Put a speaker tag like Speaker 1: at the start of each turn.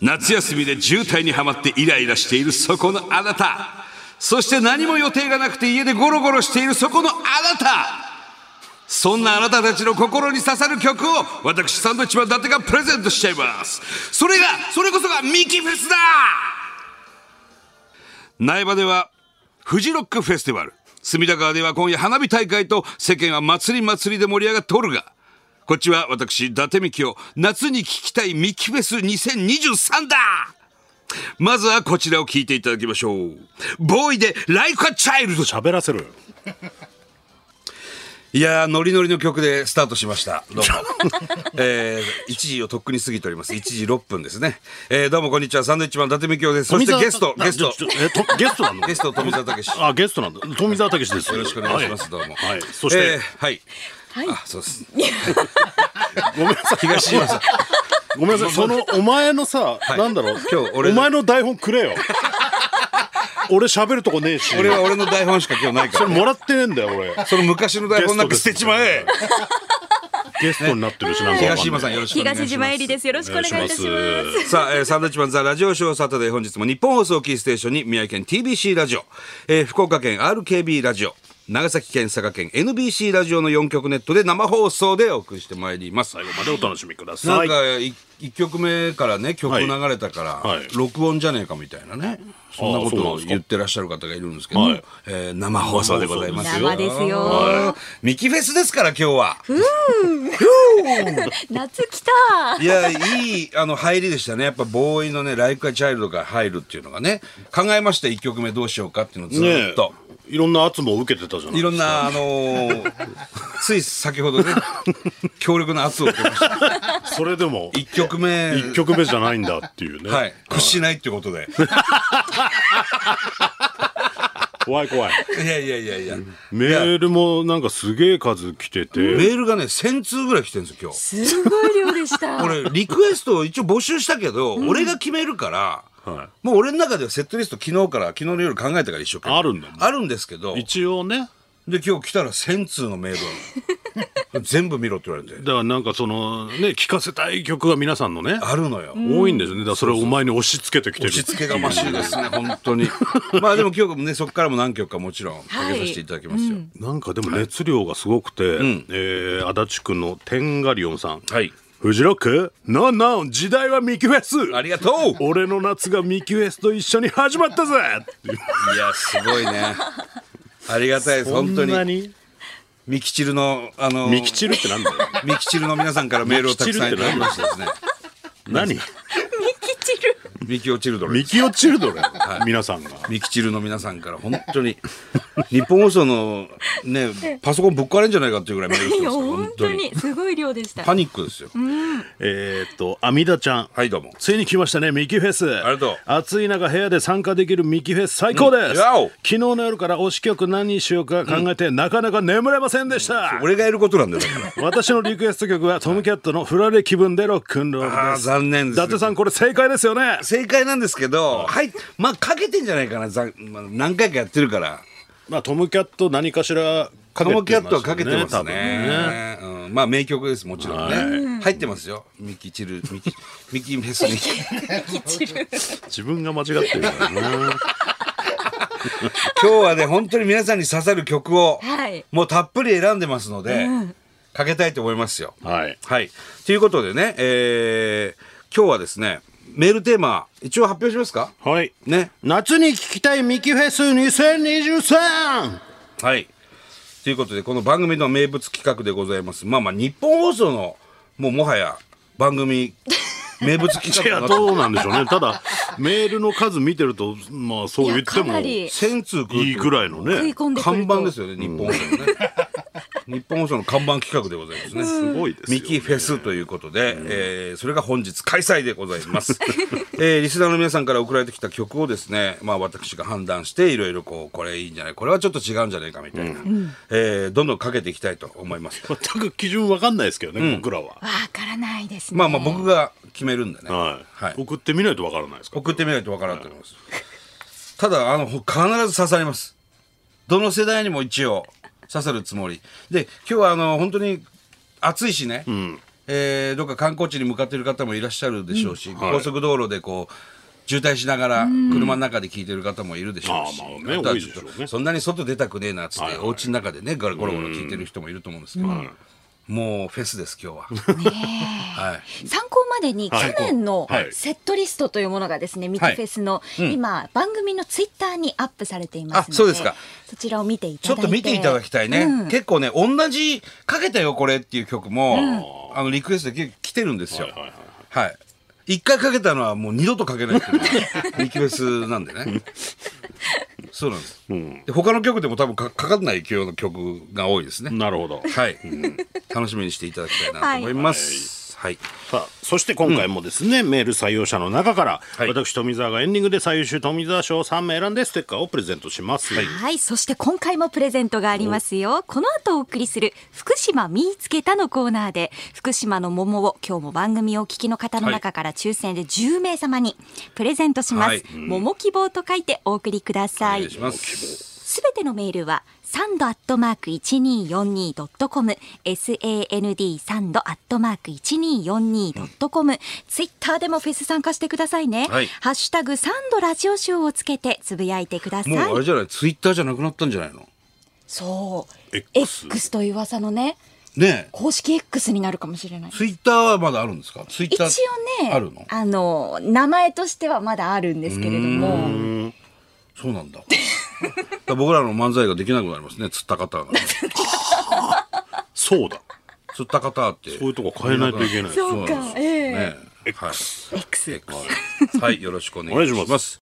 Speaker 1: 夏休みで渋滞にはまってイライラしているそこのあなたそして何も予定がなくて家でゴロゴロしているそこのあなたそんなあなたたちの心に刺さる曲を私サンドウィッチマン伊達がプレゼントしちゃいますそれがそれこそがミキフェスだ苗場ではフジロックフェスティバル隅田川では今夜花火大会と世間は祭り祭りで盛り上がっとるがこっちは私伊達美希を夏に聴きたいミキフェス2023だまずはこちらを聴いていただきましょうボーイで「ライクアチャイルド
Speaker 2: 喋らせる
Speaker 1: いやーノリノリの曲でスタートしましたどうも、 えー、1時をとっくに過ぎております1時6分ですね、えー、どうもこんにちはサンドウィッチマン伊達美京ですそしてゲスト
Speaker 2: な
Speaker 1: ゲスト
Speaker 2: ちょちょえとゲストなの
Speaker 1: ゲスト富澤たけしよ
Speaker 2: あゲストなんだ富澤たけしですよ
Speaker 1: ろしくお願いします、
Speaker 2: は
Speaker 1: どうも
Speaker 2: はいそして
Speaker 1: えーはい
Speaker 3: はい
Speaker 1: あそうです
Speaker 2: ごめんなさい
Speaker 1: 東島さん
Speaker 2: ごめんなさいそのお前のさ、
Speaker 1: い
Speaker 2: なんだろう
Speaker 1: 今日俺
Speaker 2: お前の台本くれ よ俺喋るとこねえし
Speaker 1: 俺は俺の台本しか今日ないから、
Speaker 2: それもらってねえんだよ俺
Speaker 1: その昔の台本なんか捨てちまえ
Speaker 2: ゲストになってるしなんかわかんない
Speaker 1: 東島さんよろしくお願いします
Speaker 3: 東島えりです。よろしくお願いいたします。
Speaker 2: お願いし
Speaker 1: さあ、えーサンドウィッチマンザラジオショーサタデー本日も日本放送キーステーションに宮城県 TBC ラジオ、えー福岡県 RKB ラジオ、長崎県佐賀県 NBC ラジオの4曲ネットで生放送でお送りしてまいります。
Speaker 2: 最後までお楽しみくださ
Speaker 1: ないんか1曲目からね曲
Speaker 2: はい
Speaker 1: 流れたから、
Speaker 2: はい
Speaker 1: 録音じゃねえかみたいなねそんなこ
Speaker 2: そうな
Speaker 1: と
Speaker 2: ん
Speaker 1: を
Speaker 2: ですか
Speaker 1: 言ってらっしゃる方がいるんですけど、
Speaker 2: はい
Speaker 1: えー生放送でございますよ
Speaker 3: 生ですよ
Speaker 1: はいミキフェスですから今日は
Speaker 3: 夏来た。
Speaker 1: いや、いい、あの、入りでしたね。やっぱ、ボーイのね、ライクアチャイルドが入るっていうのがね、考えました、1曲目どうしようかっていうのをず
Speaker 2: ね
Speaker 1: っと。
Speaker 2: えいろんな圧も受けてたじゃない
Speaker 1: いろんな、あのーつい先ほどね、強力な圧を受けました。
Speaker 2: それでも
Speaker 1: 1曲目、
Speaker 2: 一曲目じゃないんだっていうね、
Speaker 1: はい、屈しないってことで。
Speaker 2: 怖い怖い
Speaker 1: いやいやいやいや。
Speaker 2: メールもなんかすげえ数来て
Speaker 1: メ
Speaker 2: て
Speaker 1: ールがね、1000通ぐらい来てるんですよ、今日。
Speaker 3: すごい量で した。
Speaker 1: 俺、リクエストを一応募集したけど、俺が決めるから、
Speaker 2: はい
Speaker 1: もう俺の中ではセットリスト昨日から、昨日の夜考えたから一生懸命。
Speaker 2: あるんだ
Speaker 1: あるんですけど、
Speaker 2: 一応ね
Speaker 1: で今日来たら1000通のメールあるの 全部見ろって言われて
Speaker 2: だからなんかそのね聴かせたい曲が皆さんのね
Speaker 1: あるのよ
Speaker 2: 多いんですよねだからそれをお前に押し付けてきてる
Speaker 1: 押し付けがましいですね本当にまあでも今日ねそこからも何曲かもちろんかけさせていただきますよ、
Speaker 2: なんかでも熱量がすごくて、えー足立区のテンガリオンさん
Speaker 1: はい
Speaker 2: フジロックノンノン時代はミキフェス
Speaker 1: ありがとう
Speaker 2: 俺の夏がミキフェスと一緒に始まったぜっていう
Speaker 1: いやすごいねありがたいです本当
Speaker 2: そんな
Speaker 1: にミキチルのあの
Speaker 2: ミキチルってなんだよ
Speaker 1: ミキチルの皆さんからメールをたくさんいただきましてですね
Speaker 2: 何
Speaker 3: 吉る。
Speaker 1: ミキオチルドレン
Speaker 2: ミキオチルドレン、皆さんが
Speaker 1: ミキチルの皆さんから本当に日本放送のねパソコンぶっ壊れんじゃないかっていうぐ らいメール来
Speaker 3: い
Speaker 1: て
Speaker 3: や
Speaker 1: ますから
Speaker 3: 本当にすごい量でした。
Speaker 1: パニックですよ
Speaker 2: えーっと阿弥陀ちゃん
Speaker 1: はいどうも
Speaker 2: ついに来ましたねミキフェス
Speaker 1: りがとう
Speaker 2: 暑い中部屋で参加できるミキフェス最高です、
Speaker 1: うんやお
Speaker 2: 昨日の夜から推し曲何にしようか考えて、なかなか眠れませんでした、
Speaker 1: 俺がやることなんだよだから
Speaker 2: 私のリクエスト曲はトムキャットの「振られ気分でロックンロール」
Speaker 1: あー
Speaker 2: です
Speaker 1: 残念ですね
Speaker 2: 伊達さんこれ正解ですよね
Speaker 1: 正解なんですけど、はい、まあ、かけてんじゃないかな、ざまあ、何回かやってるから。
Speaker 2: まあトムキャット何かしら
Speaker 1: カ
Speaker 2: か
Speaker 1: モキャットは
Speaker 2: すよ
Speaker 1: かけてますね。うん、まあ、名曲です、もちろんね。入ってますよ。ミキチル、ミキ、ミキフェスミキ。
Speaker 2: 多分自分が間違ってるからな
Speaker 1: 今日はね、本当に皆さんに刺さる曲を
Speaker 3: はい、
Speaker 1: もうたっぷり選んでますので、かけたいと思いますよ。
Speaker 2: はい
Speaker 1: はい。ということでね、えー今日はですね、メールテーマ、一応発表しますか
Speaker 2: はい
Speaker 1: ね。
Speaker 2: 夏に聴きたいミキフェス 2023!
Speaker 1: はい。ということで、この番組の名物企画でございます。まあまあ、日本放送の、もうもはや、番組、名物企
Speaker 2: い
Speaker 1: 画
Speaker 2: や
Speaker 1: だと。
Speaker 2: どうなんでしょうねただメールの数見てるとまあそう言って
Speaker 3: いやか
Speaker 2: も
Speaker 3: ないり
Speaker 1: 1000通来る
Speaker 2: いくらいの
Speaker 3: 食
Speaker 2: ね
Speaker 3: い込んでく
Speaker 1: 看
Speaker 3: ると。
Speaker 1: 板ですよね、日本放送のね。日本放送の看板企画でございますね。
Speaker 2: すごいですよ
Speaker 1: ミキフェスということで、えーそれが本日開催でございます、 えーリスナーの皆さんから送られてきた曲をですね、まあ、私が判断していろいろこうこれいいんじゃないこれはちょっと違うんじゃないかみたいな、えーどんどんかけていきたいと思います
Speaker 2: 全く基準わかんないですけどね、僕らは、
Speaker 3: わからないですね。
Speaker 1: まあまあ僕が決めるんでね、
Speaker 2: はい
Speaker 1: はい
Speaker 2: 送ってみないとわからないですから
Speaker 1: 送ってみないとわからんと思います。ただ、あの、ほ必ず刺さります。どの世代にも一応刺さるつもり。で、今日はあの、本当に暑いしね、えーどっか観光地に向かっている方もいらっしゃるでしょうし、
Speaker 2: はい
Speaker 1: 高速道路でこう渋滞しながら車の中で聞いてる方もいるでしょうし、
Speaker 2: あーまあね
Speaker 1: とは
Speaker 2: 多い
Speaker 1: ちょっと
Speaker 2: でしょうね
Speaker 1: そんなに外出たくねえなっつって、
Speaker 2: はいはい
Speaker 1: お家の中でねゴロゴロゴロ聞いてる人もいると思うんですけど、もうフェスです今日は。はい
Speaker 3: 参考までに去
Speaker 2: はい
Speaker 3: 年の
Speaker 2: はい
Speaker 3: セットリストというものがですね、ミキフェスの今番組のツイッターにアップされていますので、
Speaker 1: あそうですか
Speaker 3: そちらを見ていた
Speaker 1: ちょ
Speaker 3: だ
Speaker 1: っ
Speaker 3: いて、
Speaker 1: と見ていただきたいね、
Speaker 3: うん
Speaker 1: 結構ね同じ「かけたよこれ」っていう曲も、あのリクエストで結構来てるんですよ
Speaker 2: はいはいはい
Speaker 1: はい一回かけたのはもう二度とかけないっていうの がリクエストなんでねそうなんです、
Speaker 2: ん
Speaker 1: で他の曲でも多分かかかんない勢いの曲が多いですね、
Speaker 2: なるほど。
Speaker 1: はい、楽しみにしていただきたいなと思いますはい、
Speaker 2: さあそして今回もですね、メール採用者の中から、
Speaker 1: はい
Speaker 2: 私富澤がエンディングで最優秀富澤賞を3名選んでステッカーをプレゼントします、
Speaker 3: はい、そして今回もプレゼントがありますよ。この後お送りする福島見つけたのコーナーで、福島の桃を今日も番組をお聞きの方の中から抽選で10名様にプレゼントします。
Speaker 1: はいうん
Speaker 3: 桃希望と書いてお送りくだ
Speaker 1: お
Speaker 3: さ
Speaker 1: 願
Speaker 3: い
Speaker 1: いし。ます
Speaker 3: すべてのメールはサンドアットマーク一二四二ドットコム、S A N D サンドアットマーク一二四二ドットコム。ツイッターでもフェス参加してくださいね。
Speaker 1: はい
Speaker 3: ハッシュタグサンドラジオショーをつけてつぶやいてください。
Speaker 1: もうあれじゃないツイッターじゃなくなったんじゃないの
Speaker 3: そう
Speaker 2: X
Speaker 3: X, という噂のね
Speaker 1: ねえ
Speaker 3: 公式 X になるかもしれない
Speaker 1: ツイッターはまだあるんですかツイッ
Speaker 3: 一
Speaker 1: タ
Speaker 3: 応
Speaker 1: ー
Speaker 3: ね
Speaker 1: あるの
Speaker 3: あの名前としてはまだあるんですけれども
Speaker 1: そうなんだ。 だから僕らの漫才ができなくなりますね。釣った方が。
Speaker 2: そうだ
Speaker 1: 釣った方って。
Speaker 2: そういうとこ変えないといけない
Speaker 3: そう
Speaker 1: なん
Speaker 3: か
Speaker 1: です
Speaker 3: ええ
Speaker 1: ねはい。
Speaker 3: X
Speaker 1: X はい、よろしくお願いします。